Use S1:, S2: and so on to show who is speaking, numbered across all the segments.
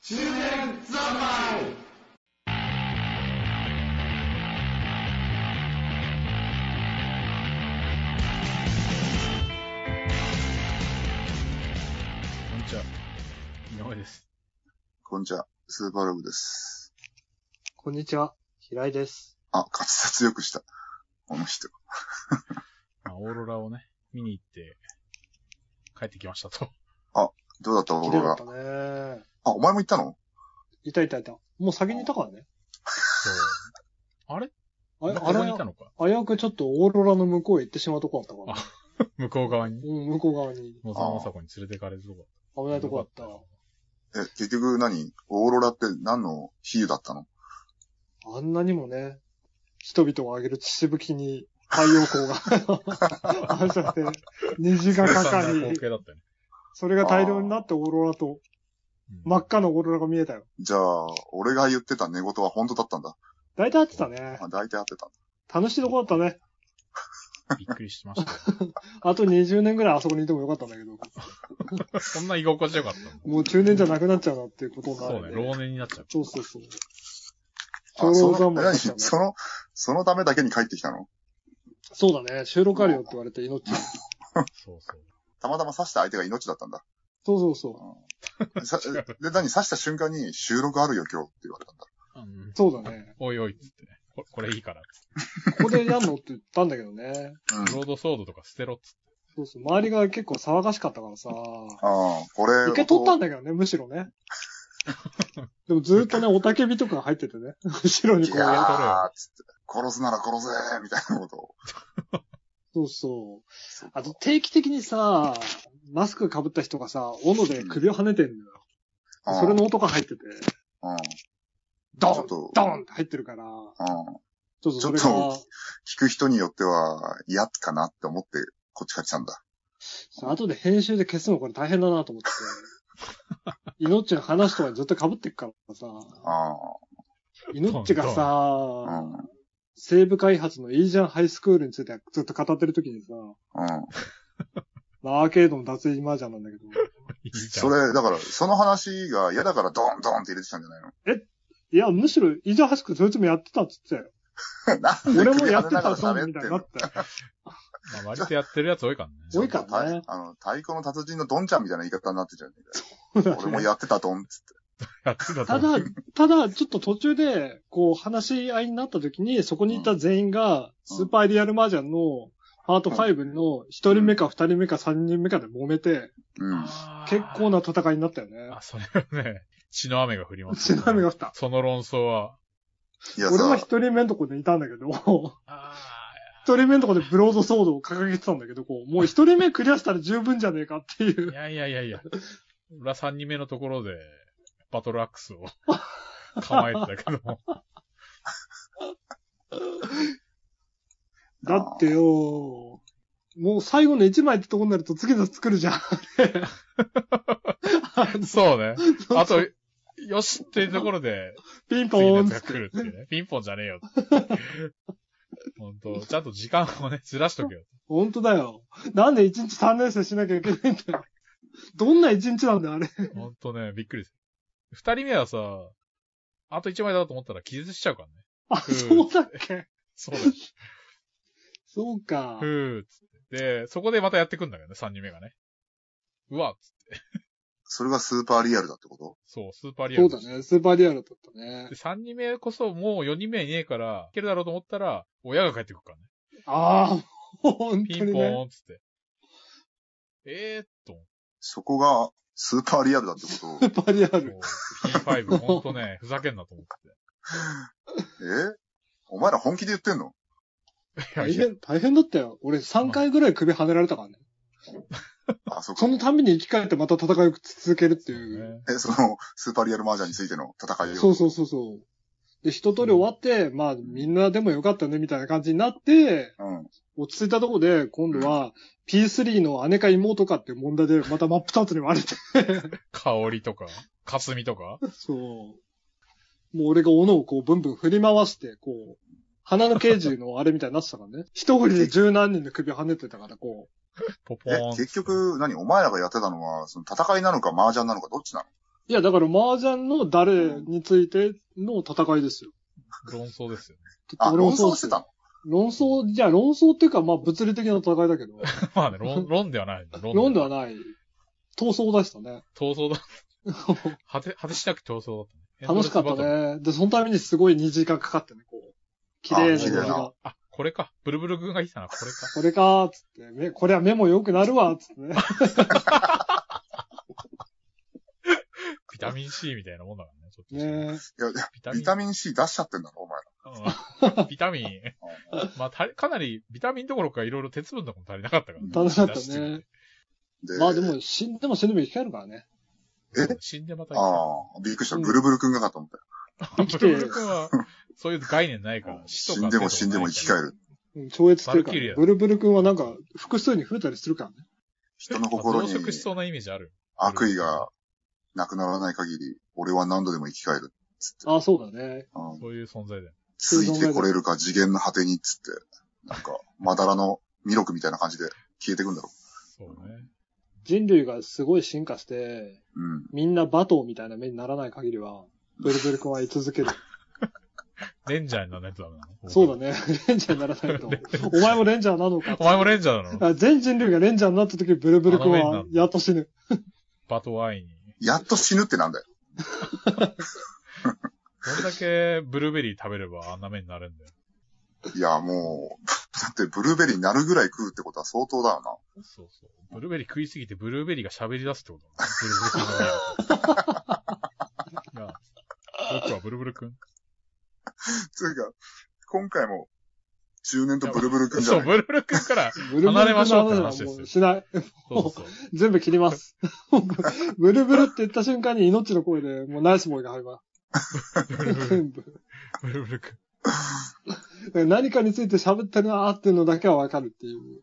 S1: 中年三昧
S2: こんにちは。井上です。
S3: こんにちは、スーパーロブです。
S4: こんにちは、平井です。
S3: あ、滑舌よくした。この人。
S2: まあ、オーロラをね、見に行って、帰ってきましたと。
S3: どうだったオー
S4: 綺麗
S3: ロ
S4: だ
S3: ラ
S4: っ。たね。
S3: あ、お前も行ったの
S4: いたいたいた。もう先にいたからね。
S2: そう。あれ
S4: あれ、
S2: こ
S4: あ
S2: こにいた
S4: れ、
S2: のか
S4: あやくちょっとオーロラの向こうへ行ってしまうとこだったから、ね。
S2: 向こう側に。
S4: うん、向こう側に
S2: 野沢雅子に連れてかれるとこ
S4: 危
S2: だ
S4: ないとこだった。
S3: え、結局何オーロラって何の比喩だったの
S4: あんなにもね、人々を上げる血しぶきに太陽光が反射して、虹が
S2: か
S4: か
S2: か
S4: か
S2: 光
S4: り、
S2: 景だったよね。
S4: それが大量になってオーロラと、
S2: うん
S4: 真っ赤なオーロラが見えたよ。
S3: じゃあ、俺が言ってた寝言は本当だったんだ。
S4: 大体合ってたね
S3: ま。あ、大体合ってたんだ。
S4: 楽しいとこだったね。
S2: びっくりしましたよ。
S4: あと20年ぐらいあそこにいてもよかったんだけど、
S2: こんな居心地よかったの
S4: もう中年じゃなくなっちゃうなっていうことにな
S2: そう
S4: る
S2: ね、老年になっちゃう。
S4: そうそうそう。
S3: あ、
S4: ちょ
S3: そう
S4: ど
S3: の、
S4: 三昧だ
S3: 何
S4: ったね
S3: その、そのためだけに帰ってきたの
S4: そうだね。収録あるよって言われて命。
S2: そうそう。
S3: たまたま刺した相手が命だったんだ。
S4: そうそうそう。
S3: さ
S2: 違う
S3: で、何刺した瞬間に収録あるよ今日って言われたんだ。
S2: うん
S4: そうだね。
S2: おいおいっつってね。ここれいいからっつ
S4: ここでやんのって言ったんだけどね。
S3: う
S2: って。
S3: ん。
S2: ロードソードとか捨てろっつって。
S4: そうそう。周りが結構騒がしかったからさ。
S3: ああ、これ。
S4: 受け取ったんだけどね、むしろね。でもずーっとね、おたけびとかが入っててね。後ろにこ
S3: いうや
S4: やる。
S3: ー、つって。殺すなら殺せーみたいなことを。
S4: そうそう。あと定期的にさ、マスク被った人がさ、斧で首を跳ねてんの
S3: う
S4: よ。
S3: ん
S4: それの音が入ってて、
S3: うん。
S4: ド
S3: ちょっ
S4: ン
S3: と
S4: ドンって入ってるから、
S3: うん。
S4: ちょっとそれ
S3: ち
S4: が
S3: ょ、聞く人によっては嫌かなって思ってこっち買っちゃうんだ。
S4: そう後で編集で消すのこれ大変だなと思って。イノッチの話とかにずっと被ってくからさ、
S3: あ
S4: イノッチが
S3: あ、うん、
S4: さ、
S3: うん。
S4: 西部開発のイージャンハイスクールについてずっと語ってる時にさ、まあアーケードの脱衣マージャンなんだけど、
S2: いいじゃん
S3: それ、だから、その話が嫌だからドンドンって入れてたんじゃない
S4: いや、むしろイージャンハイスクールそいつもやってたっつってたよ。
S3: の なんで
S4: 俺もやってた
S3: そ
S4: そうう
S3: っ
S4: みたい
S3: てん
S4: にな
S3: の
S4: ったよ。
S2: まあ割とやってるやつ多いからね。
S4: 多いからね。
S3: あの、太鼓の達人のドンちゃんみたいな言い方になってちゃうんだよ。俺もやってたドンっつって。
S2: やってた
S4: た
S2: と思
S4: だ
S2: う、
S4: ただ、ちょっと途中で、こう、話し合いになった時に、そこにいた全員が、スーパーリアルマージャンの、パート5の、一人目か二人目か三人目かで揉めて、
S3: うん。
S4: 結構な戦いになったよね。
S2: あ、それはね、血の雨が降ります、
S4: ちなみに降った。
S2: その論争は、
S3: いや
S4: 俺は
S3: さ
S4: 一、人目のとこでいたんだけど、 一
S2: あ
S4: 人目のとこでブロードソードを掲げてたんだけど、こう、もう一人目クリアしたら十分じゃねえかってい。
S2: あ、いうやいやいやいや、裏三人目のところで、バトルアックス を構えてたけども、
S4: だってよ、もう最後の一枚ってとこになると次の作るじゃん。
S2: そうね。あと、よしっていうところで、
S4: ピンポ
S2: 次の
S4: ー
S2: や
S4: ン
S2: つが
S4: っつって
S2: 来るっていう ね。ピンポンじゃねえよって。本当ちゃんと時間をね、ずらしとけよ。
S4: 本当だよ。なんで一日三年生しなきゃいけないんだよ。どんな一日なんだよ、あれ。
S2: 本当ね、びっくりです。二人目はさ、あと一枚だと思ったら気絶しちゃうからね。
S4: あ、
S2: うん
S4: そうだっけ
S2: そうだ よ。
S4: そうか
S2: ふ。ーっつって。で、そこでまたやってくんだけどね、三人目がね。うわっつって。
S3: それがスーパーリアルだってこと
S2: そう、スーパーリア
S4: そ
S2: ル
S4: うだね。スーパーリアルだったね
S2: で、。3人目こそもう4人目はいねえから、いけるだろうと思ったら、親が帰ってくるからね。
S4: ああ、本
S2: ピ
S4: 当
S2: ン
S4: に
S2: ポ
S4: ね。
S2: ーンっつって。えーっと、
S3: そこがスーパーリアルだってこ
S4: スーパーリアル。
S2: もう P5 ほんと ね、ふざけんなと思っ
S3: とえお前ら本気で言ってんの
S2: て。いや
S4: 大
S2: いや、
S4: 変、大変だったよ。俺3回ぐらい首跳ねられたからね。
S3: あ、そっか
S4: そ。のたんびに生き返ってまた戦いを続けるっていう。
S2: ね
S3: え、その、スーパーリアルマージャンについての戦いを。
S4: そうそうそうそう。で、一通り終わって、まあ、みんなでもよかったね、みたいな感じになって、
S3: うん。
S4: 落ち着いたとこで、今度は P3 の姉か妹かっていう問題で、また真っ二つに割れ て。
S2: 香りとか、かすみとか。
S4: そう。もう俺が斧をこう、ブンブン振り回して、こう、花の刑事のあれみたいになってた からね。一振りで十何人の首を跳ねてたから、こ
S2: ポポーン
S3: え
S2: っ、つって
S3: 結、局、何お前らがやってたのは、その戦いなのか麻雀なのかどっちなの
S4: いや、だから麻雀の誰についての戦いですよ。
S2: 論争ですよ
S3: あ、
S4: 俺も
S3: 論
S4: そう
S3: 争してたの
S4: 論争、じゃあ論争っていうか、まあ物理的な戦いだけど、
S2: ね。 まあね、 論、論ではない。。
S4: 論ではいない。闘争でしたね。
S2: 闘 争だ。果て、果てしなく闘争だったね。
S4: 楽しかった
S2: エンドレスバトル。
S4: ね。で、そのためにすごい2時間かかってね、こう。綺麗な虹
S2: あ綺麗
S4: が
S3: な。
S2: あ、これか。ブルブル君が言ってたな、これか。
S4: これかーっつって、めこれは目も良くなるわーっつってね。
S2: ビタミン C みたいなもんだからね。ちょっと
S3: い
S4: ね
S3: やいや、
S2: ビタミン
S3: ビタミン C 出しちゃってんだろ、お前
S2: うんビタミン。まあ、たかなりビタミンどころかいろいろ鉄分とかも足りなかったからね。
S4: 楽しかった
S2: 出しすぎ
S4: ね
S2: て。
S3: ら。
S4: まあでも、死んでも死んでも生き返るからね。
S3: え
S2: 死んでまた
S3: ああ、びっくりした。ブルブル君がかと思ったよ。
S2: 生き
S4: 生きて
S2: てる。ブルブル君は、そういう概念ないから。死
S3: 死
S2: とか
S3: んでも死んでも生き返
S2: る。
S3: る。
S4: うん超越してるか
S2: バルキリア
S4: ら。ブルブル君はなんか、複数に増えたりするからね。
S3: 人の
S2: 増
S3: 心に
S2: 殖しそうなイメージある。
S3: 悪意がなくならない限り、俺は何度でも生き返る。つって。
S4: あ、そうだね。
S3: うん
S2: そういう存在だよ。
S3: ついてこれるか次元の果てに、つって。なんか、まだらの弥勒みたいな感じで消えてくんだろ
S2: そうね。
S4: 人類がすごい進化して、
S3: う。うん。
S4: みんなバトーみたいな目にならない限りは、ブルブル君は居続ける。
S2: レンジャーにならないとダメなの
S4: そうだね。 レンジャーにならないと。お前もレンジャーなのか。
S2: お前もレンジャーなの
S4: あ全人類がレンジャーになった時、ブルブル君
S2: あの目にな
S4: は
S2: る
S4: やっと死ぬ。
S2: バトワインに。
S3: やっと死ぬってなんだよ。
S2: どれだけブルーベリー食べればあんな目になるんだよ。
S3: いや、もう、 だってブルーベリーになるぐらい食うってことは相当だよな。
S2: そうそう。ブルーベリー食いすぎてブルーベリーが喋り出すってことだねブルーベリー の目がいや僕はブルブル君
S3: つうか、今回も、中年とブルブルくんじゃ
S2: そう、
S3: ない。
S2: ブルブル君から、
S4: ブルブル
S2: 離れましょうって
S4: 君の
S2: 話ですよ
S4: はもうしない。
S2: そうそうそ う。
S4: 全部切ります。 ブルブルって言った瞬間に命の声で、もうナイスボーイが入ります。
S2: ブルブル
S4: 全部。
S2: ブルブル君。
S4: 何かについて喋ってるなーっていうのだけはわかるっていう。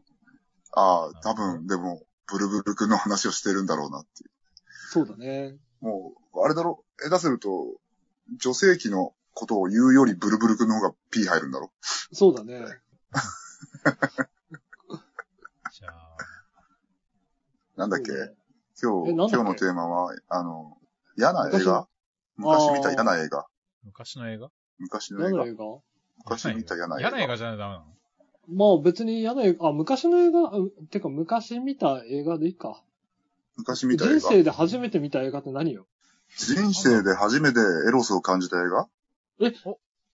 S3: ああ、多分、でも、ブルブルくんの話をしてるんだろうなっていう。
S4: そうだね。
S3: もう、あれだろ、下手すると、女性器のことを言うよりブルブルくんの方が P 入るんだろ。
S4: そうだね。
S2: じゃあ、
S3: なんだっけ
S4: そうね
S3: 今日、
S4: え
S3: 今
S4: なんだっ
S3: 日
S4: け
S3: のテーマは、あの、嫌な映画昔
S4: 昔
S3: 見た嫌な映画
S2: 昔の映画
S3: 昔の
S4: 嫌
S3: 映
S4: な
S3: 画
S4: 映画
S3: 昔見た嫌な映画
S2: 嫌な映画じゃないとダメなの
S4: まあ別に嫌な映画、あ、昔の映画、うてか昔見た映画でいいか。
S3: 昔見た映
S4: 人
S3: 画
S4: 生で初めて見た映画って何よ
S3: 人生で初めてエロスを感じた映画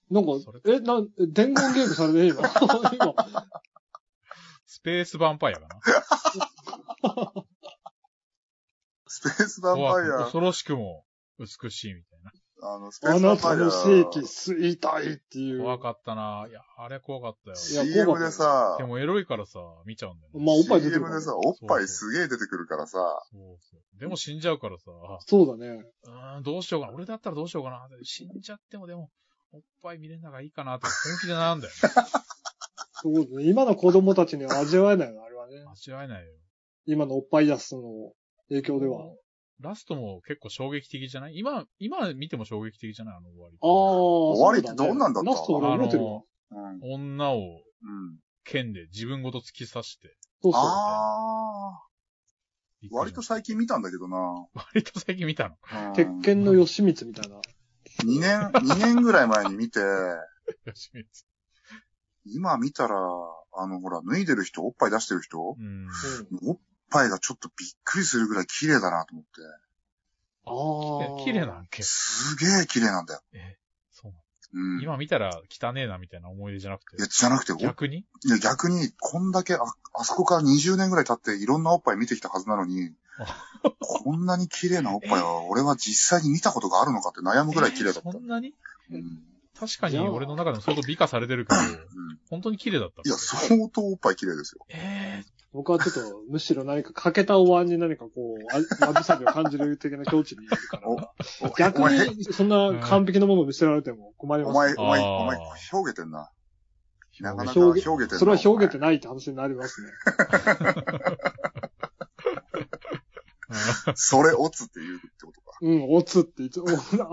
S4: なんか
S2: それ、
S4: え、な、伝言ゲームさ れて今。今、
S2: スペースヴァンパイアかな
S3: スペースヴァンパイ
S2: お
S3: ア、
S2: 恐ろしくも美しいみたいな。
S3: あの、スペー
S4: あ
S3: スヴァ
S4: な
S3: ンパ
S4: た
S3: イ
S4: の世紀
S3: ア、
S4: 吸いたいっていう。
S2: 怖かったな。いや、あれ怖かったよ。
S4: や
S3: CM でさ
S2: で、もエロいからさ、見ちゃうんだよね。
S4: まあおっぱい出てくる
S3: CM でさ、おっぱいすげえ出てくるからさ、
S2: そうそう。でも死んじゃうからさ、
S4: そうだね。
S2: うーん、どうしようかな。俺だったらどうしようかな。死んじゃってもでも、おっぱい見れるのがいいかなって本気で悩んだよ、 ね。
S4: そうだね。今の子供たちには味わえないの、あれはね。
S2: 間違いないよ。
S4: 今のおっぱい安の影響では。
S2: ラストも結構衝撃的じゃない今、今見ても衝撃的じゃないあの終わり。
S4: ああ、終
S3: わりってどんなんだった
S4: ラスト俺覚えてるわ。
S3: うん。うん。
S2: 女を剣で自分ごと突き刺して。
S4: そうそう。
S3: あ
S2: びっくりし
S3: ー、
S2: ま
S3: 割
S2: した
S3: と最近見たんだけどな。
S2: 割と最近見たの。
S3: うん
S4: 鉄拳の義満みたいな。
S3: 2年、2年ぐらい前に見て、
S2: 吉光
S3: 今見たら、あの、ほら、脱いでる人、おっぱい出してる人、
S2: うん。
S3: おっぱいがちょっとびっくりするぐらい綺麗だなと思って。
S4: ああ
S2: 綺麗なんけ。
S3: すげえ綺麗なんだよ。
S2: そうな
S3: うん。
S2: の今見たら汚ねえなみたいな思い出じゃなく
S3: いや、
S2: て。
S3: じゃなくて、おい
S2: 逆に
S3: や逆に、こんだけあ、あそこから20年ぐらい経っていろんなおっぱい見てきたはずな のに、こんなに綺麗なおっぱいは俺は実際に見たことがあるのかって悩むぐらい綺麗だった。
S2: そんなに
S3: うん。うん
S2: 確かに
S4: じゃあ
S2: 俺の中でも相当美化されてるけど、本当に綺麗だった。
S3: いや、相当おっぱい綺麗ですよ。
S2: え
S4: 僕はちょっと、むしろ何か欠けたお椀に何かこう、あわびさびを感じる的な境地にいるから。
S3: お
S4: 逆
S3: お前、へ
S4: に、そんな完璧なものを見せられても困り
S3: お
S4: ま
S3: 前、
S4: す。
S3: お前、
S2: あー
S3: お前、表現てんな。
S2: ー、
S3: なかなか
S4: 表
S3: 表現てんな。
S4: それは表現
S3: て
S4: てないって話になりますね。
S3: それオツって言うってことか。
S4: うん、オツっていつ、おあ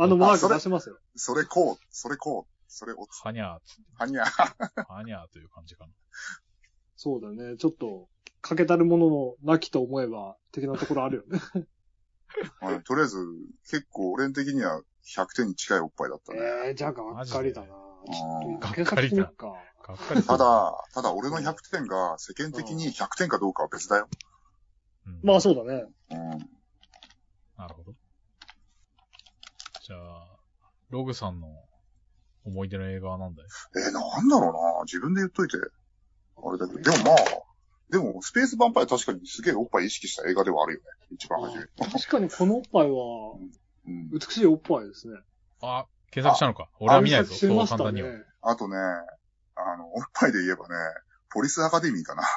S4: のマーク出しますよ。
S3: それこう、それこう、それオツ。
S2: はにゃーつ
S3: はにゃ。
S2: はにゃーという感じかな。
S4: そうだね。ちょっと、欠けたるもののなきと思えば、的なところあるよね。
S3: はい、とりあえず、結構俺的には100点に近いおっぱいだったね。
S4: えー、じゃあがっかりだな。
S3: ジで
S4: ちょっと検索してみっか。
S2: がっかりする
S3: た、だ、ただ俺の100点が世間的に100点かどうかは別だよ。
S2: うん
S4: まあそうだね。
S3: うん。
S2: なるほど。じゃあ、ログさんの思い出の映画は何だい
S3: えーなんだろうな自分で言っといて。あれだけど。でもまあ、でも、スペースバンパイア確かにすげえおっぱい意識した映画ではあるよね。一番初め。
S4: 確かにこのおっぱいは、
S3: うん。
S4: 美しいおっぱいですね。
S2: あ、検索したのか。俺は見ないぞ。
S4: あ検
S2: そう
S4: 索しました
S2: 簡単には。
S4: ね。
S3: あとね、あの、おっぱいで言えばね、ポリスアカデミーかな。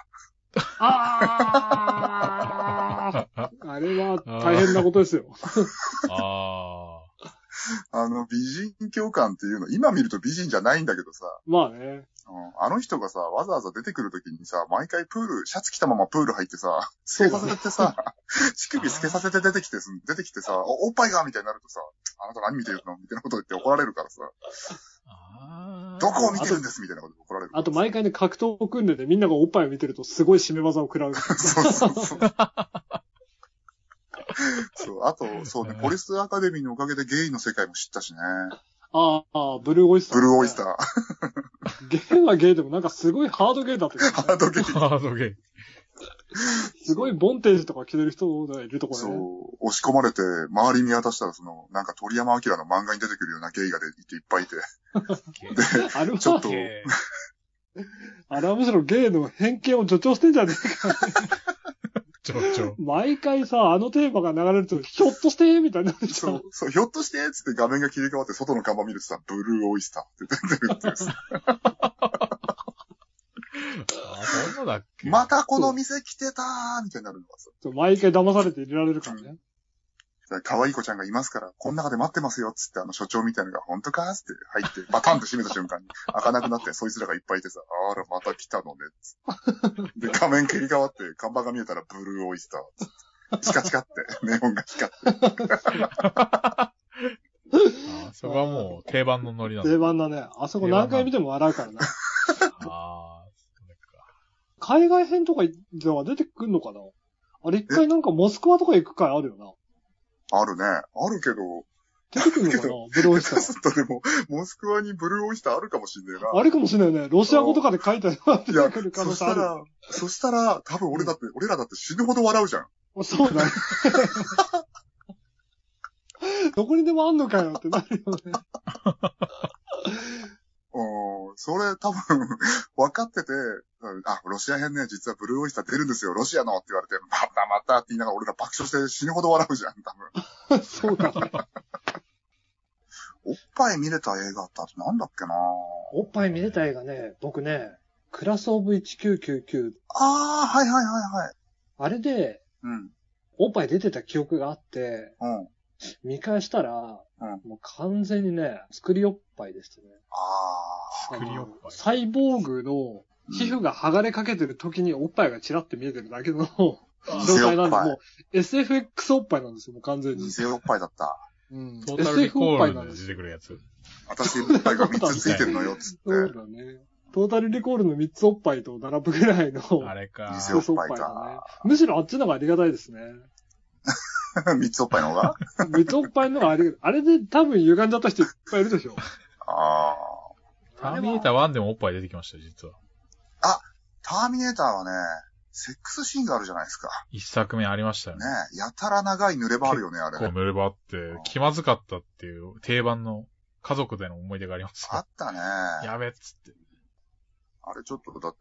S4: あ ああれは大変なことですよ。
S2: あ
S3: あの、美人教官っていうの、今見ると美人じゃないんだけどさ、
S4: まあね。
S3: うんあの人がさ、わざわざ出てくるときにさ、毎回プール、シャツ着たままプール入ってさ、透けさせてさ、乳首透けさせて出てきてす、出てきてさ、おおっぱいがみたいになるとさ、あなた何見てるのみたいなこと言って怒られるからさ、
S2: あ。ああ。
S3: どこを見てるんですみたいなことで怒られる。
S4: あと毎回ね、格闘を組んでてみんながおっぱいを見てるとすごい締め技を食らう。
S3: そうそう そう。そう、あと、そうね、ポリスアカデミーのおかげでゲイの世界も知ったしね。
S4: ああ、ブルーオイスター、
S3: ブルーオイスター、
S4: ー。ゲイはゲイでもなんかすごいハードゲイだったよね、
S3: ハードゲイ。
S2: ハードゲイ。
S4: すごいボンテージとか着てる人がいるところね。
S3: そう、押し込まれて、周り見渡したら、その、なんか鳥山明の漫画に出てくるようなゲイがでいていっぱいいて、
S4: あれは、
S3: ちょっと
S2: ゲ
S4: あれはむしろゲイの偏見を助長してんじゃねえか。
S2: イ。ちょちょ。
S4: 毎回さ、あのテーマが流れると、ひょっとしてみたいになるじゃ
S3: そ
S4: ん
S3: う、そう、ひょっとしてっつって画面が切り替わって、外の看板見るとさ、ブルーオイスターって出てる っていうさ
S2: あ、そんなだっけ
S3: またこの店来てたーみたいになるのがさ、
S4: そう毎回騙されて入れられるからね。
S3: 可愛い子ちゃんがいますから、この中で待ってますよっつって、あの所長みたいなのが、本当かーっつって入って、バタンと閉めた瞬間に、開かなくなって、そいつらがいっぱいいてさ、あら、また来たのねっつって。で、画面切り替わって、看板が見えたら、ブルーオイスターっつって。チカチカって、ネオンが光って。
S2: あそこはもう定番のノリなんだ
S4: 定。番だね。あそこ何回見ても笑うからな。
S2: ああ、それか。
S4: 海外編とかでは出てくんのかなあれ一回なんかモスクワとか行く回あるよな。
S3: あるね。あるけど、
S4: 出てくん のかなブルーオイスタ
S3: そうす
S4: ー。
S3: るとでも、モスクワにブルーオイスターあるかもしんねえな。
S4: あれかもしれないよね。ロシア語とかで書いてある
S3: い
S4: 出
S3: や
S4: てくる、可
S3: そ
S4: 能
S3: し
S4: 性あ
S3: た
S4: るよ。
S3: ら、そしたら、多分俺だって、俺らだって死ぬほど笑うじゃん。
S4: そうだね。 どこにでもあんのかよってなるよね。
S3: うん、それ多分、 分かってて、うんあ、ロシア編ね、実はブルーオイスター出るんですよ、ロシアのって言われて、またまたって言いながら俺ら爆笑して死ぬほど笑うじゃん、多分。
S4: そうだね。
S3: おっぱい見れた映画ってあとなんだっけな
S4: おっぱい見れた映画ね、僕ね、クラスオブ1999、
S3: あー、はいはいはいはい。
S4: あれで、
S3: うん、
S4: おっぱい出てた記憶があって、
S3: うん。
S4: 見返したら、
S3: う
S4: もう完全にね、作りおっぱいでしたね。
S3: あ
S2: 作りおっぱい
S4: サイボーグの皮膚が剥がれかけてる時におっぱいがチラって見えてるだけの状態な
S3: 偽おっ
S4: んで、
S3: ぱい
S4: もう SFX おっぱいなんですよ、もう完全
S3: ー、
S4: に。
S3: 偽おっぱいだった。
S4: うん、
S2: トータルリ
S4: SF
S2: コ
S4: おっぱい
S2: ー
S4: なん
S2: ルで
S4: で
S2: す出
S4: よ。
S2: てくるやつ。
S3: 私、おっぱいが3つついてるのよ、つっ
S4: そう
S3: て。
S4: だね。トータルリコールの3つおっぱいと並ぶぐらいの
S2: あれか。
S3: 偽
S4: そうそうおっぱいだね。むしろあっちの方がありがたいですね。
S3: 3つおっぱいの方が
S4: 三つおっぱいの方がありがたい。あれで多分歪んじゃった人いっぱいいるでしょ。
S3: あー。
S2: ターミネーター1でもおっぱい出てきましたよ、実は。
S3: ターミネーターはね、セックスシーンがあるじゃないですか。
S2: 一作目ありましたよ
S3: ね
S2: ね。
S3: えやたら長い濡れ場あるよね、あれ。
S2: こう塗ればあって、気まずかったっていう定番の家族での思い出があります。
S3: あったね。
S2: やべっつって。
S3: あれちょっとだって、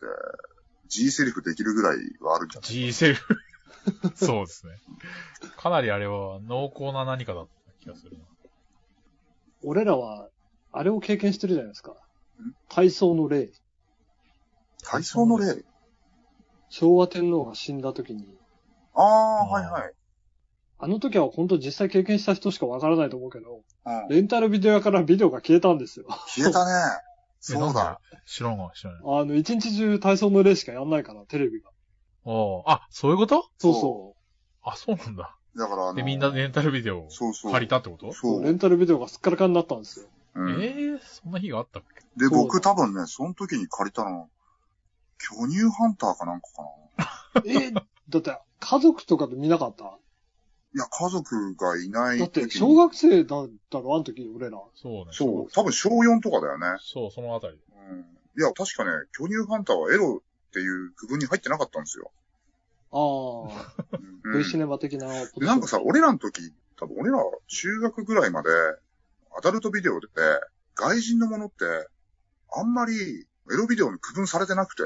S3: G セリフできるぐらいはあるんじゃない
S2: G セルフ。そうですね。かなりあれは濃厚な何かだった気がするな。
S4: 俺らは、あれを経験してるじゃないですか。体操の霊。
S3: 体操の例
S4: 昭和天皇が死んだ時に、
S3: ああ、はいはい。
S4: あの時は本当実際経験した人しかわからないと思うけど、
S3: うん、
S4: レンタルビデオ屋からビデオが消えたんですよ。
S3: 消えたね。そう
S2: え。なん
S3: だ。
S2: で知らんわ、知らんわ。
S4: あの、一日中体操の霊しかやんないから、テレビが。
S2: おうあ、そういうこと
S4: そ
S3: そ
S4: う
S3: う
S4: そ
S2: あ、そうなんだ。
S3: だからあの、
S2: で、みんなレンタルビデオを
S3: そうそう。
S2: 借りたってこと
S4: う。
S3: そう。
S4: レンタルビデオがすっからかになったんですよ。
S3: うん
S2: ええー、そんな日があったっけ
S3: で、僕
S4: そうだ
S3: 多分ね、その時に借りたの、巨乳ハンターかなんかかな。
S4: えだって、家族とかで見なかった
S3: いや、家族がいない時に。
S4: だって、小学生だったろ、あの時、俺ら。
S2: そうね。
S3: そう、多分小4とかだよね。
S2: そう、そのあたり。
S3: うん。いや、確かね、巨乳ハンターはエロっていう区分に入ってなかった んですよ。
S4: あ
S3: う
S4: あ、
S3: ん
S4: V シネマ的な。
S3: で、なんかさ、俺らの時、多分俺ら中学ぐらいまで、アダルトビデオで、外人のものって、あんまり、エロビデオに区分されてなくて、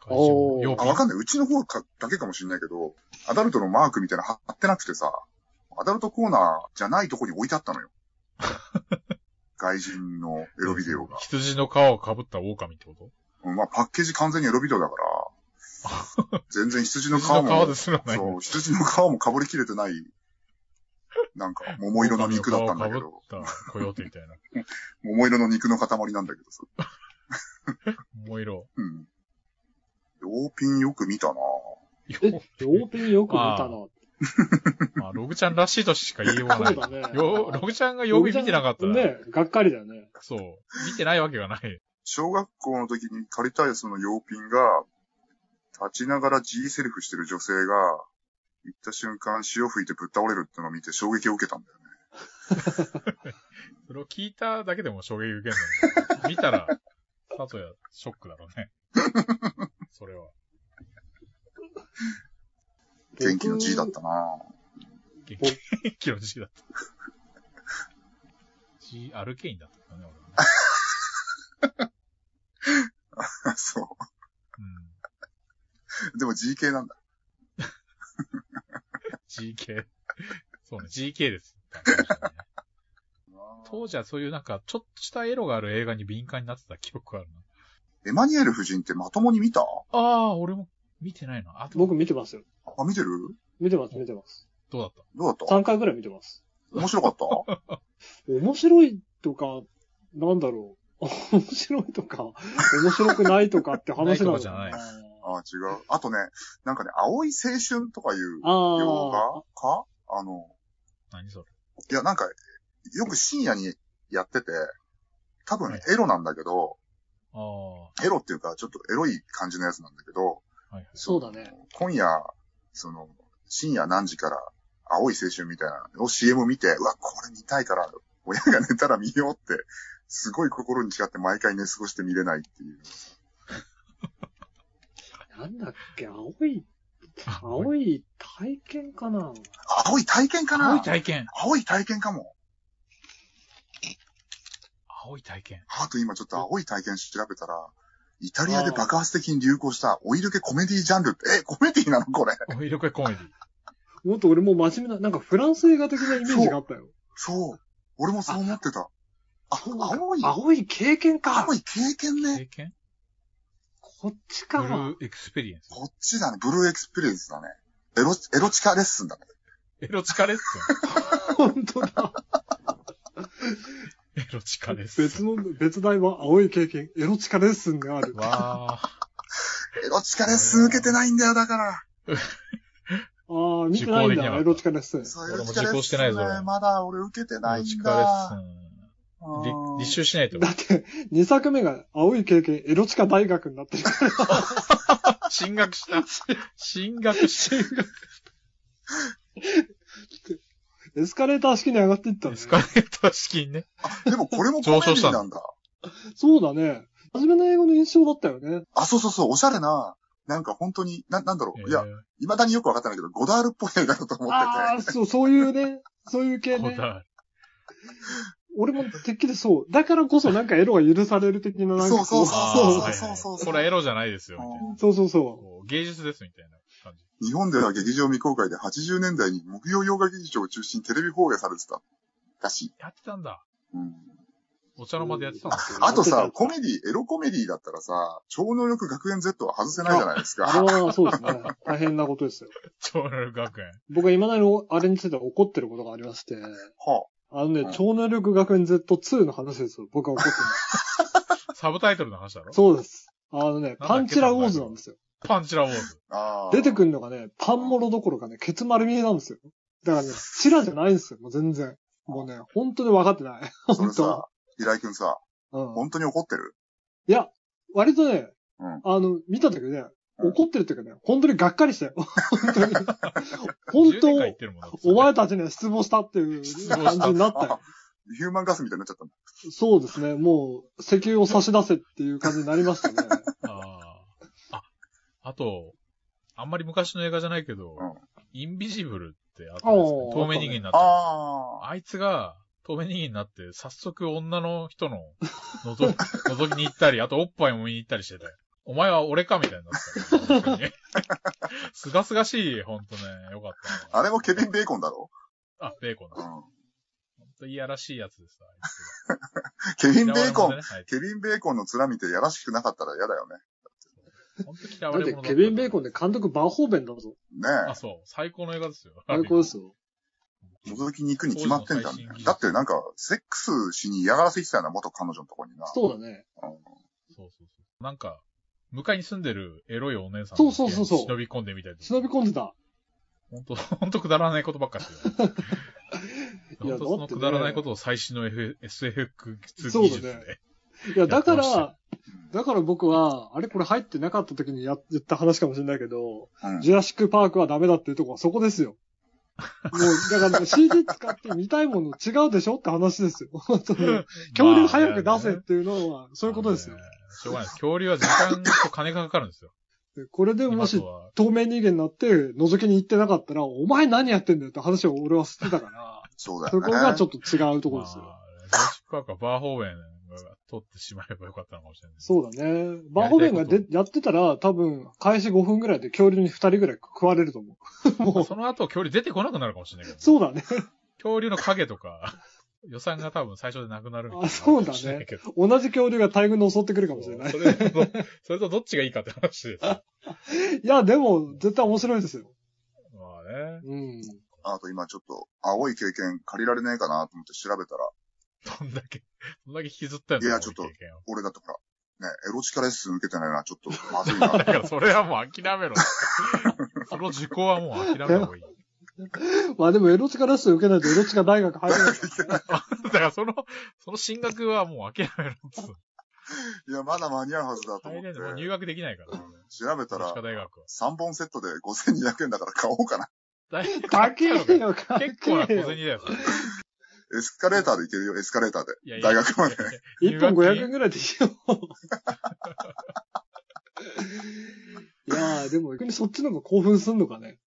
S2: 会社
S4: お
S2: も
S4: ー
S2: 曜
S3: あ、
S2: 日
S3: わかんない。うちの方かだけかもしんないけど、アダルトのマークみたいなの貼ってなくてさ、アダルトコーナーじゃないとこに置いて あったのよ。外人のエロビデオが。
S2: 羊の皮をかぶった狼ってこと
S3: うんまあ、パッケージ完全にエロビデオだから、全然羊の皮
S2: 羊の皮
S3: も、
S2: ですらない。
S3: そう、羊の皮も被りきれてない、な んか、桃色の肉だったんだけど、
S2: 狼の皮をかぶったコヨーテみたいな。
S3: 桃色の肉の塊なんだけどさ。
S2: 桃色。
S3: うん。洋品よく見たなぁ。
S4: え、両ピンよく見たな。
S2: まあ、ログちゃんらしいとしか言いようがな
S4: そう
S2: い。
S4: だね。
S2: よログちゃんが曜日見てなかったら、
S4: ね、がっかりだよね。
S2: そう、見てないわけがない。
S3: 小学校の時に借りたいその洋品が、立ちながら G セルフしてる女性が、行った瞬間潮吹いてぶっ倒れるってのを見て衝撃を受けたんだよね。
S2: それを聞いただけでも衝撃受けるのに。見たら、さとや、ショックだろうね。それは。
S3: 元気の G だったな ぁ。
S2: 元気の G だった。G、アルケインだったからね、俺はね。
S3: そ
S2: うん。
S3: う。でも G 系なんだ。
S2: GK。そうね、GK です。当時はそういうなんか、ちょっとしたエロがある映画に敏感になってた記憶があるな。
S3: エマニュエル夫人ってまともに見た
S2: ああ、俺も見てないな。あ、でも
S4: 僕見てますよ。
S3: あ、見てる
S4: 見てます、見てます。
S2: どうだった
S3: どうだった
S4: 3回ぐらい見てます。
S3: 面白かった
S4: 面白いとか、なんだろう。 面白いとか、面白くないとかって話なのか
S2: ないとか
S3: ああ、違う。あとね、なんかね、青い青春とかいう
S4: あ
S3: 洋
S4: あ。
S3: 画かあの、
S2: 何それ
S3: いや、なんか、よく深夜にやってて、多分
S2: はい
S3: エロなんだけど、
S2: ああ、
S3: エロっていうか、ちょっとエロい感じのやつなんだけど、
S2: はい。
S4: そうだね。
S3: 今夜、その、深夜何時から、青い青春みたいなのを CM 見て、うわ、これ見たいから、親が寝たら見ようって、すごい心に誓って毎回寝過ごして見れないっていう。
S4: なんだっけ、青い、青い体験かな
S3: あ青い体験かな
S2: 青い体験。
S3: 青い体験かも。
S2: 青い体験。
S3: あと今ちょっと青い体験調べたら、イタリアで爆発的に流行したオイル系コメディジャンルって、え、コメディなのこれ。
S2: おいろこコメディ。
S4: もっと俺も真面目な、なんかフランス映画的なイメージがあったよ。
S3: そう。俺もそう思ってた。あ、青い、
S4: 青い経験か
S3: 青い経験ね。
S2: 経験
S4: こっち
S2: ブル
S4: か。
S2: ーエクスペリエンス。
S3: こっちだね。ブルーエクスペリエンスだね。エロ、エロチカレッスンだね。
S2: エロチカレッス
S4: 本当だ。
S2: ン。 エロチカレッス
S4: 別
S2: ン。
S4: の、別題は青い経験、エロチカレッスンがある。
S2: わあ、
S3: エロチカレッスン受けてないんだよ、だから。
S4: ああ、見てないん
S2: 受講できなか
S4: だ、
S2: った
S4: エロチカレッスン。
S3: そう、エ
S2: 俺
S3: ロ
S2: も
S3: チカレッ
S2: 受講してないぞ
S3: スンね。まだ俺受けてな
S2: エ
S3: い
S2: ロチ
S3: ん
S2: カレッ
S3: だ。
S2: ス
S3: う
S2: ン。
S3: ん
S2: り立証し ないと。
S4: だって、2作目が青い経験、エロチカ大学になってるから。
S2: 進学した。進学した。
S4: エスカレーター式に上がっていったん
S2: エ
S4: だ
S2: ス
S4: ね
S2: カレーター資金ね。
S3: でもこれもコメディなんだ。
S4: そうだね。初めの英語の印象だったよね。
S3: あ、そうそうそう、おしゃれな、なんか本当に、な、なんだろう。いや
S2: え、ー
S3: 未だによくわかってないけど、ゴダールっぽい映画だと思っ
S4: ああ、そう、そういうね、そういう系
S2: こ
S4: ね
S2: だ。わ
S4: 俺もてっきりそう。だからこそなんかエロが許される的な
S3: て
S4: な
S3: て。
S4: んか
S3: そ
S4: こ
S3: うそうそうそう
S2: あー
S3: そう
S2: はい
S3: そう
S2: はい
S3: そ
S2: これ
S3: う。
S2: はエロじゃないですよ、みたいな。
S4: そうそうそ
S2: こう芸術です、みたいな感じ。
S3: 日本では劇場未公開で80年代に木曜洋画劇場を中心にテレビ放映されてた。らしい。
S2: やってたんだ。
S3: うん
S2: お茶の間でやってたんだ。
S4: う。
S3: あと
S4: や
S3: さ
S4: っ、て
S3: コメディ、エロコメディだったらさ、超能力学園 Z は外せないじゃないです
S4: たあ
S3: か。
S4: れはそう ですね。大変なことですよ。
S2: 超能力学園。
S4: 僕は未だにあれについて怒ってることがありまして、
S3: は
S4: あのね、
S3: うん
S4: 超能力学園 Z2 の話ですよ。僕は怒ってます。
S2: サブタイトルの話だろ
S4: そうです。あの
S2: け
S4: ね、パンチラウォーズなんですよ。
S2: パンチラウォーズ。
S3: ああー
S4: 出てくるのがね、パンモロどころかね、ケツ丸見えなんですよ。だからね、チラじゃないんですよ、もう全然。もうね、本当に分かってない。
S3: それ
S4: 本
S3: さ
S4: 当。、
S3: 平井くんさ、
S4: うん。
S3: 本当に怒ってる
S4: いや、割とね、
S3: うん
S4: あの、見た時ね、怒ってるっていうかね、本当にがっかりしたよ。 本当
S2: 10年
S4: に。
S2: 間
S4: 本
S2: 言ってるもんだって
S4: 当、お前たちには失望したっていう
S2: 失望した
S4: 感じになったよ。
S3: ヒューマンガスみたいになっちゃったんだ。
S4: そうですね。もう、石油を差し出せっていう感じになりました ね。
S2: あーあ。あと、あんまり昔の映画じゃないけど、
S3: うん
S2: インビジブルってあったんですね。
S4: おー
S2: 透明人間になった。
S3: ああ。
S2: あいつが、透明人間になって、早速女の人の、のぞ、 覗きに行ったり、あとおっぱいも見に行ったりしてて、お前は俺かみたいになってたよ本当に。すがすがしい、ほんとね、よかった。
S3: あれもケビン・ベーコンだろ
S2: あ、ベーコンだ。
S3: う
S2: ほん
S3: ん。
S2: といやらしいやつです、あい
S3: ケビ
S2: つ
S3: ン・
S2: が。
S3: ベーコン、
S2: 嫌われ者でねあい
S3: ケビン・ベーコンの面見てやらしくなかったら嫌だよね。
S2: つほんと嫌
S4: だ
S2: わ
S4: っ
S2: れ
S4: て
S2: 者だ、った
S4: ケビン・ベーコンで監督バーホーベンだぞ。
S3: ね
S2: あ、そう。最高の映画ですよ。
S4: 最高ですよ。
S3: え。覗きに行くに決まってんだ
S2: 当時の最新技術
S3: だってなんか、セックスしに嫌がらせしたような元彼女のとこにな。
S4: そうだね。
S2: そうそうそう。なんか、向かいに住んでるエロいお姉さん
S4: そ
S2: の
S4: うそうそうそう
S2: 家に忍び込んでみたいと
S4: 忍び込んでた。
S2: ほんと、 ほんとくだらないことばっかしてる。
S4: いや
S2: ほんとそのくだらないことを最新の F- SFX
S4: そう
S2: 技
S4: だね
S2: 術で。
S4: いや、だか
S2: やってま
S4: ら、だから僕は、あれこれ入ってなかった時にや言った話かもしれないけど、
S3: うん
S4: ジュラシック・パークはダメだっていうとこはそこですよ。もう、だからもう CD 使って見たいもの違うでしょって話ですよ。本当に恐竜早く出せっていうのは、そういうことですよ
S2: まあ。ねしょうがないです。恐竜は時間と金がかかるん ですよ。
S4: でこれでも
S2: 今
S4: し
S2: と、は、
S4: 透明人間になって、覗きに行ってなかったら、お前何やってんだよって話を俺はしてたから、
S3: そうだよ
S4: そ
S3: ね。
S4: こがちょっと違うところです
S2: ま
S4: よ。
S2: あジョーシックパークはバーホーベンが取ってしまえばよかったのかもしれない。
S4: そうだね。バーホベンがでやってたら、多分、開始5分ぐらいで恐竜に2人ぐらい食われると思う。もう、
S2: その後恐竜出てこなくなるかもしれないけどね、
S4: そうだね。
S2: 恐竜の影とか、予算が多分最初でなくなるみたいな。
S4: あそうだね
S2: けど。
S4: 同じ恐竜が大群で襲ってくるかもしれない。
S2: それと、 それとどっちがいいかって話です。ま
S4: いや、でも、絶対面白いですよ。
S2: あね。
S4: うん。
S3: あと今ちょっと、青い経験借りられねえかなと思って調べたら、
S2: どんだけ、どんだけ引きずったんだ
S3: いやちょっと
S2: この経験を
S3: 俺だとほら、ね、エロチカレッスン受けてないな、ちょっとまずい な。
S2: だからそれはもう諦めろ。その受講はもう諦めた方がいい。
S4: まあでも、エロチカラッスン受けないとエロチカ大学入 れない。
S2: だからその、その進学はもう諦めろっつうの。
S3: いや、まだ間に合うはずだと
S2: 入
S3: 思って
S2: れんのもう入学できないから。
S3: 調べ
S2: 都
S3: た
S2: 市
S3: ら
S2: 科、大学は。
S3: 3本セットで5200円だから買おうかな。
S2: 大学
S4: 高えよ、高
S2: 結構な小
S4: え
S2: 銭
S4: よ。
S2: だよ、それ
S3: エスカレーターで行けるよ、エスカレーターで。
S2: いやいや
S3: 大学まで。
S4: 1本
S2: 入学金
S4: 500円ぐらいでいい よ。いやー、でも、逆にそっちの方が興奮すんのかね。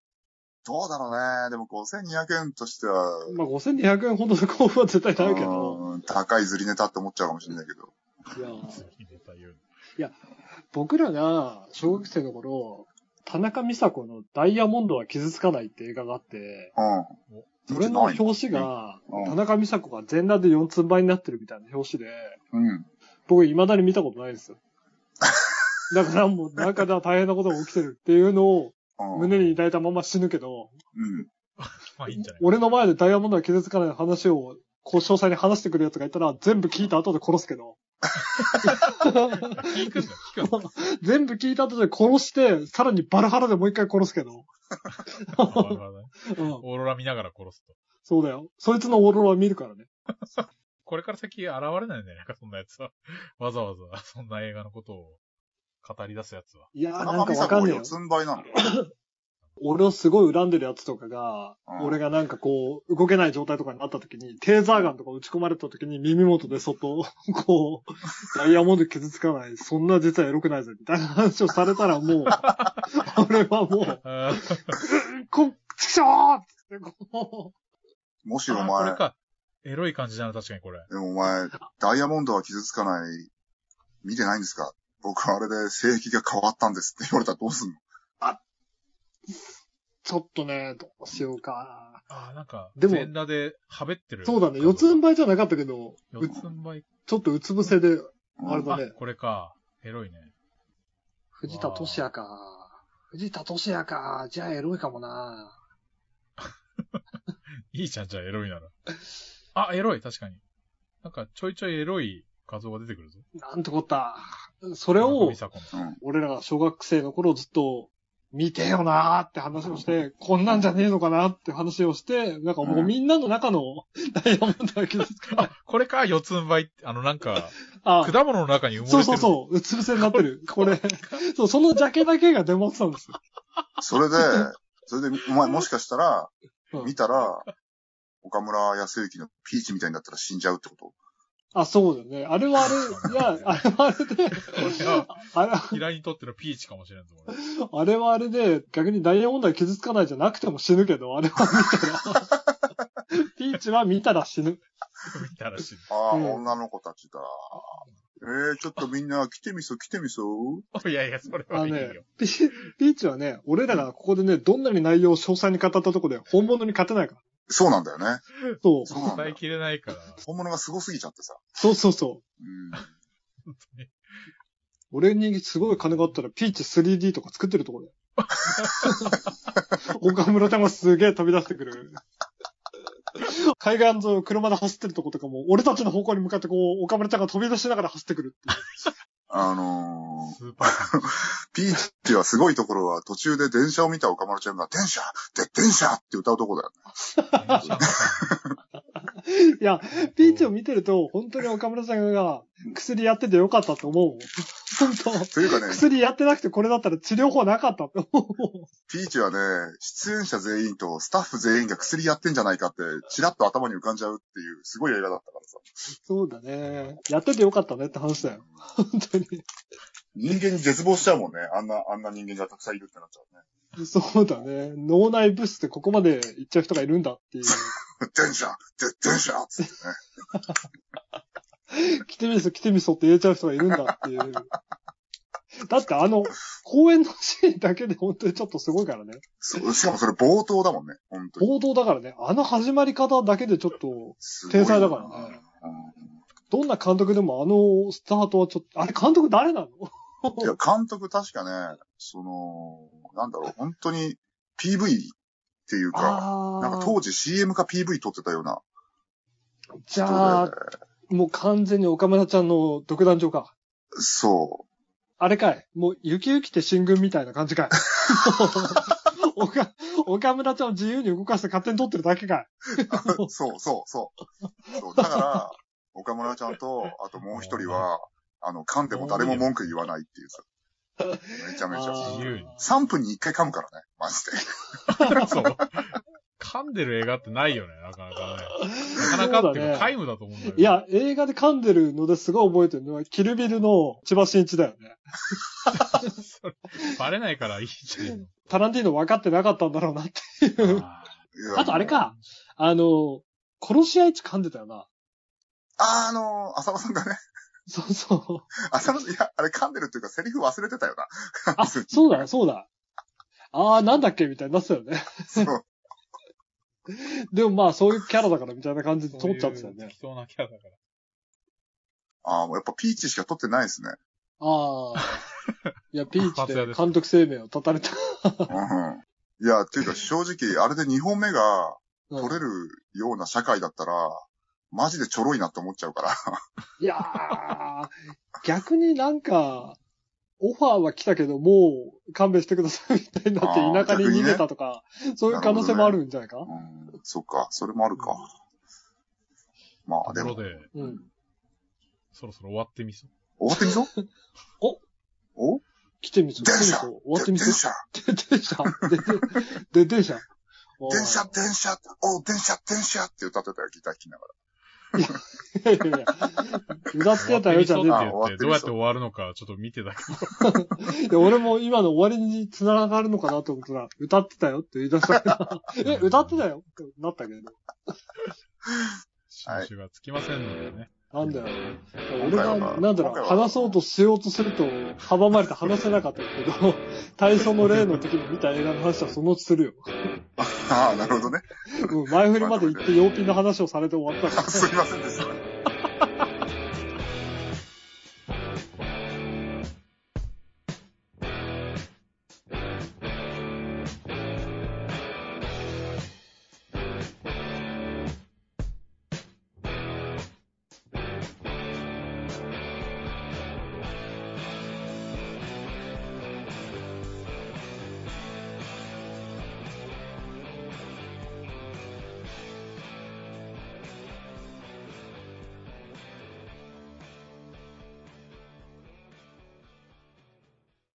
S3: どうだろうね。でも5200円としては、
S4: まあ、5200円ほどの興奮は絶対ないけど。
S3: うん高いずりネタって思っちゃうかもしれないけど。
S4: いやー、
S2: 次出た言う
S4: 僕らが小学生の頃、田中美佐子のダイヤモンドは傷つかないって映画があって、
S3: う
S4: それの表紙が
S3: うん、
S4: 田中美佐子が全裸で四つん這いになってるみたいな表紙で、
S3: ん。うん。
S4: 僕未だに見たことないです よ。だからもう中では大変なことが起きてるっていうのを
S3: うん。
S4: 胸に抱いたまま死ぬけど、
S3: うん。
S2: まあいいんじゃない
S4: 俺の前でダイヤモンドは傷つかない話を、こう詳細に話してくる奴がいたら全部聞いた後で殺すけど、
S2: 聞くんだよ、聞くんだよ。
S4: 全部聞いた後で殺して、さらにバルハラでもう一回殺すけど、
S2: あなるほどね
S4: うん、
S2: オーロラ見ながら殺すと。
S4: そうだよ。そいつのオーロラを見るからね。
S2: これから先現れないんじゃないか、そんなやつは。わざわざ、そんな映画のことを語り出すやつは。
S4: いやー
S3: 田
S4: なん
S3: 中
S4: か
S3: 美
S4: わ
S3: 佐
S4: か
S3: 子
S4: ん
S3: は
S4: ねえ
S3: 四
S4: よ。
S3: つん這いなの。
S4: 俺をすごい恨んでるやつとかが、
S3: うん
S4: 俺がなんかこう、動けない状態とかになった時に、テーザーガンとか打ち込まれた時に耳元で外、 こう、ダイヤモンド傷つかない、そんな実はエロくないぜ、みたいな話をされたらもう、 俺はもう、
S2: あー
S4: こ、ちくしょーっつってこ
S3: もしお
S2: あーこれ
S3: 前、
S2: か。エロい感じだな、確かにこれ。
S3: でもお前、ダイヤモンドは傷つかない、見てないんですか僕はあれで性癖が変わったんですって言われたらどうすんの
S4: う、ちょっとね、どうしようか。
S2: ああ、なんか、
S4: で
S2: 全
S4: も
S2: 裸で、はべってる。
S4: そうだね、四つん這いじゃなかったけど、
S2: 四つん這い。
S4: ちょっとうつ伏せで、
S3: うん
S4: あれだ
S2: あ
S4: ね、
S2: これか。エロいね。
S4: 藤田俊也か。藤田俊也か。じゃあエロいかもな。
S2: いいじゃん、じゃあエロいなら。あ、エロい、確かに。なんか、ちょいちょいエロい画像が出てくるぞ。
S4: なんてこった。そ
S2: こ
S4: れを
S2: 美、佐子の
S3: うん。
S4: 俺らが小学生の頃ずっと見てよなーって話をして、こんなんじゃねえのかなって話をして、なんかもうみんなの中の ダイヤモンドが傷つく。
S2: あ、これか、四つん這いって、あの、なんか、
S4: あ
S2: 果物の中に埋もれて
S4: そう
S2: る。
S4: そうそう、うつ伏せになってる。これ、そう、そのジャケだけが出回ってたんですよ。
S3: それで、それで、お前もしかしたら
S4: う、ん
S3: 見たら、岡村康之のピーチみたいになったら死んじゃうってこと
S4: あ、そうだよね。あれはあれ、いや、あれはあれで、
S2: れは
S4: あれ
S2: 平井にとってのピーチかもしれんぞ、俺
S4: あれはあれで、逆にダイヤモンドは傷つかないじゃなくても死ぬけど、あれは見たら、ピーチは見たら死ぬ。
S2: 見たらしい。
S3: ああ、
S4: うん
S3: 女の子たちだ。えー、ちょっとみんな来てみそう、来てみそう。
S2: いやいや、それ
S4: あ
S2: は
S4: の
S2: いい
S4: ね
S2: よ。、
S4: ピピーチはね、俺らがここでね、どんなに内容を詳細に語ったとこで本物に勝てないから。
S3: そうなんだよね。
S4: そう。
S3: そうなんだ
S2: 伝えきれないから。
S3: 本物が凄すぎちゃってさ。
S4: そうそうそ
S3: う
S4: う。
S3: ん。
S4: 俺にすごい金があったらピーチ 3D とか作ってるところだよ。 岡村ちゃんがすげえ飛び出してくる。海岸沿いを車で走ってるとことかも、俺たちの方向に向かってこう、岡村ちゃんが飛び出しながら走ってくるっていう。
S3: あの
S2: スーパー
S3: ー、ピーチはすごいところは途中で電車を見た岡村ちゃんが、電車で、電車って歌うとこだよね。
S2: 電車の中
S4: いや、 ピーチを見てると、本当に岡村さんが薬やっててよかったと思うもん。本
S3: というか
S4: 当。
S3: ね、
S4: 薬やってなくてこれだったら治療法なかったって思う。
S3: ピーチはね、出演者全員とスタッフ全員が薬やってんじゃないかって、チラッと頭に浮かんじゃうっていう、すごい映画だったからさ。
S4: そうだね。やっててよかったねって話だよ。本当に。
S3: 人間に絶望しちゃうもんね。あんな、あんな人間がたくさんいるってなっちゃう
S4: そうだね。脳内物質でここまで行っちゃう人がいるんだっていう。
S3: ね。電車で、電車っつってね。
S4: 来てみそ、来てみそって言えちゃう人がいるんだって いう。だってあの、公演のシーンだけで本当にちょっとすごいからね。
S3: そうしかもそれ冒頭だもんね。本当に。
S4: 冒頭だからね。あの始まり方だけでちょっと、
S3: すごい
S4: 天才だからね。どんな監督でもあのスタートはちょっと、あれ監督誰なの
S3: うんいや、監督確かね、その、なんだろう、本当に PV っていうか、
S4: あ
S3: なんか当時 CM か PV 撮ってたような。
S4: じゃ
S3: 人
S4: あ
S3: で、
S4: もう完全に岡村ちゃんの独壇場か。
S3: そ。
S4: あれかいもう、ゆきゆきって進軍みたいな感じかい岡岡村ちゃんを自由に動かして勝手に撮ってるだけかいう
S3: そうそうそう。そうだ から、岡村ちゃんと、あともう一人は、あの、噛んでも誰も文句言わないっていうさ。めちゃめちゃ。
S4: あー
S2: 自由に
S3: 3分に1回噛むからね、マジで。
S2: そう。噛んでる映画ってないよね、なかなかね。なかなかっていうか、皆無だと思うんだよ、ね。
S4: いや、映画で噛んでるのですごい覚えてるのは、キルビルの千葉真一だよね。
S2: バレないからいいじゃん。
S4: タランティーノ分かってなかったんだろうなって。
S3: いや
S4: あとあれ。か、あの、殺し合い地噛んでたよな。
S3: あーあのー、浅間さんがね、
S4: そうそう。
S3: 浅間さん、いや、あれ噛んでるっていうか、セリフ忘れてたよな。
S4: あ、そうだ、そうだ。あー、なんだっけみたいになってたよね。
S3: そう。
S4: でもまあ、そういうキャラだからみたいな感じで
S2: そう
S4: 通
S2: い
S4: っちゃってたよね。
S2: 適当なキャラだから。
S3: ああ、もうやっぱピーチしか撮ってないですね。
S4: ああ。いや、ピーチ
S2: 松屋
S4: で
S2: です
S4: 監督生命を絶たれた。
S3: うん。いや、っていうか正直、あれで2本目が
S4: うん
S3: 撮れるような社会だったら、マジでちょろいなって思っちゃうから。
S4: いやー、逆になんか、オファーは来たけど、もう勘弁してくださいみたいにな
S3: あ
S4: って、
S3: ー
S4: 田舎に
S3: 逆に
S4: 逃
S3: ね
S4: げたとか、そういう可能性もあるんじゃないか、
S3: うん、そっか、それもあるか。まあ、で
S2: ところ
S3: も、
S2: で、
S4: うん。
S2: そろそろ終わってみそう。
S3: 終わってみそう
S4: お
S3: お
S4: 来てみそ、来てみそ、
S3: 電車
S4: 終わってみ
S3: 電
S4: そ。
S3: 車
S4: で、電車、で、で、で電車。おい
S3: 電車電車おう電車電車って歌ってたよ、ギター弾きなが
S4: いやいやいや。歌ってたよじゃねえ
S2: 終
S4: んだ
S2: わ
S4: よ
S2: ってみそうって言って、どうやって終わるのか、ちょっと見てたけど。
S4: いや。俺も今の終わりに繋がるのかなと思ったら、歌ってたよって言い出したけど、 え、歌ってたよってなったけど。
S3: はい
S2: 収集がつきませんのでね。
S4: なんだよ。俺
S3: 今回は
S4: が、なんだ
S3: 今
S4: ろう、
S3: 回は
S4: 話そうとしようとすると、阻まれて話せなかったけど、 体操の例の時に見た映画の話はそのうちするよ。
S3: ら。ああ、なるほどね。
S4: うん、前振りまで行って、用品の話をされて終わったから。
S3: すいませんでした。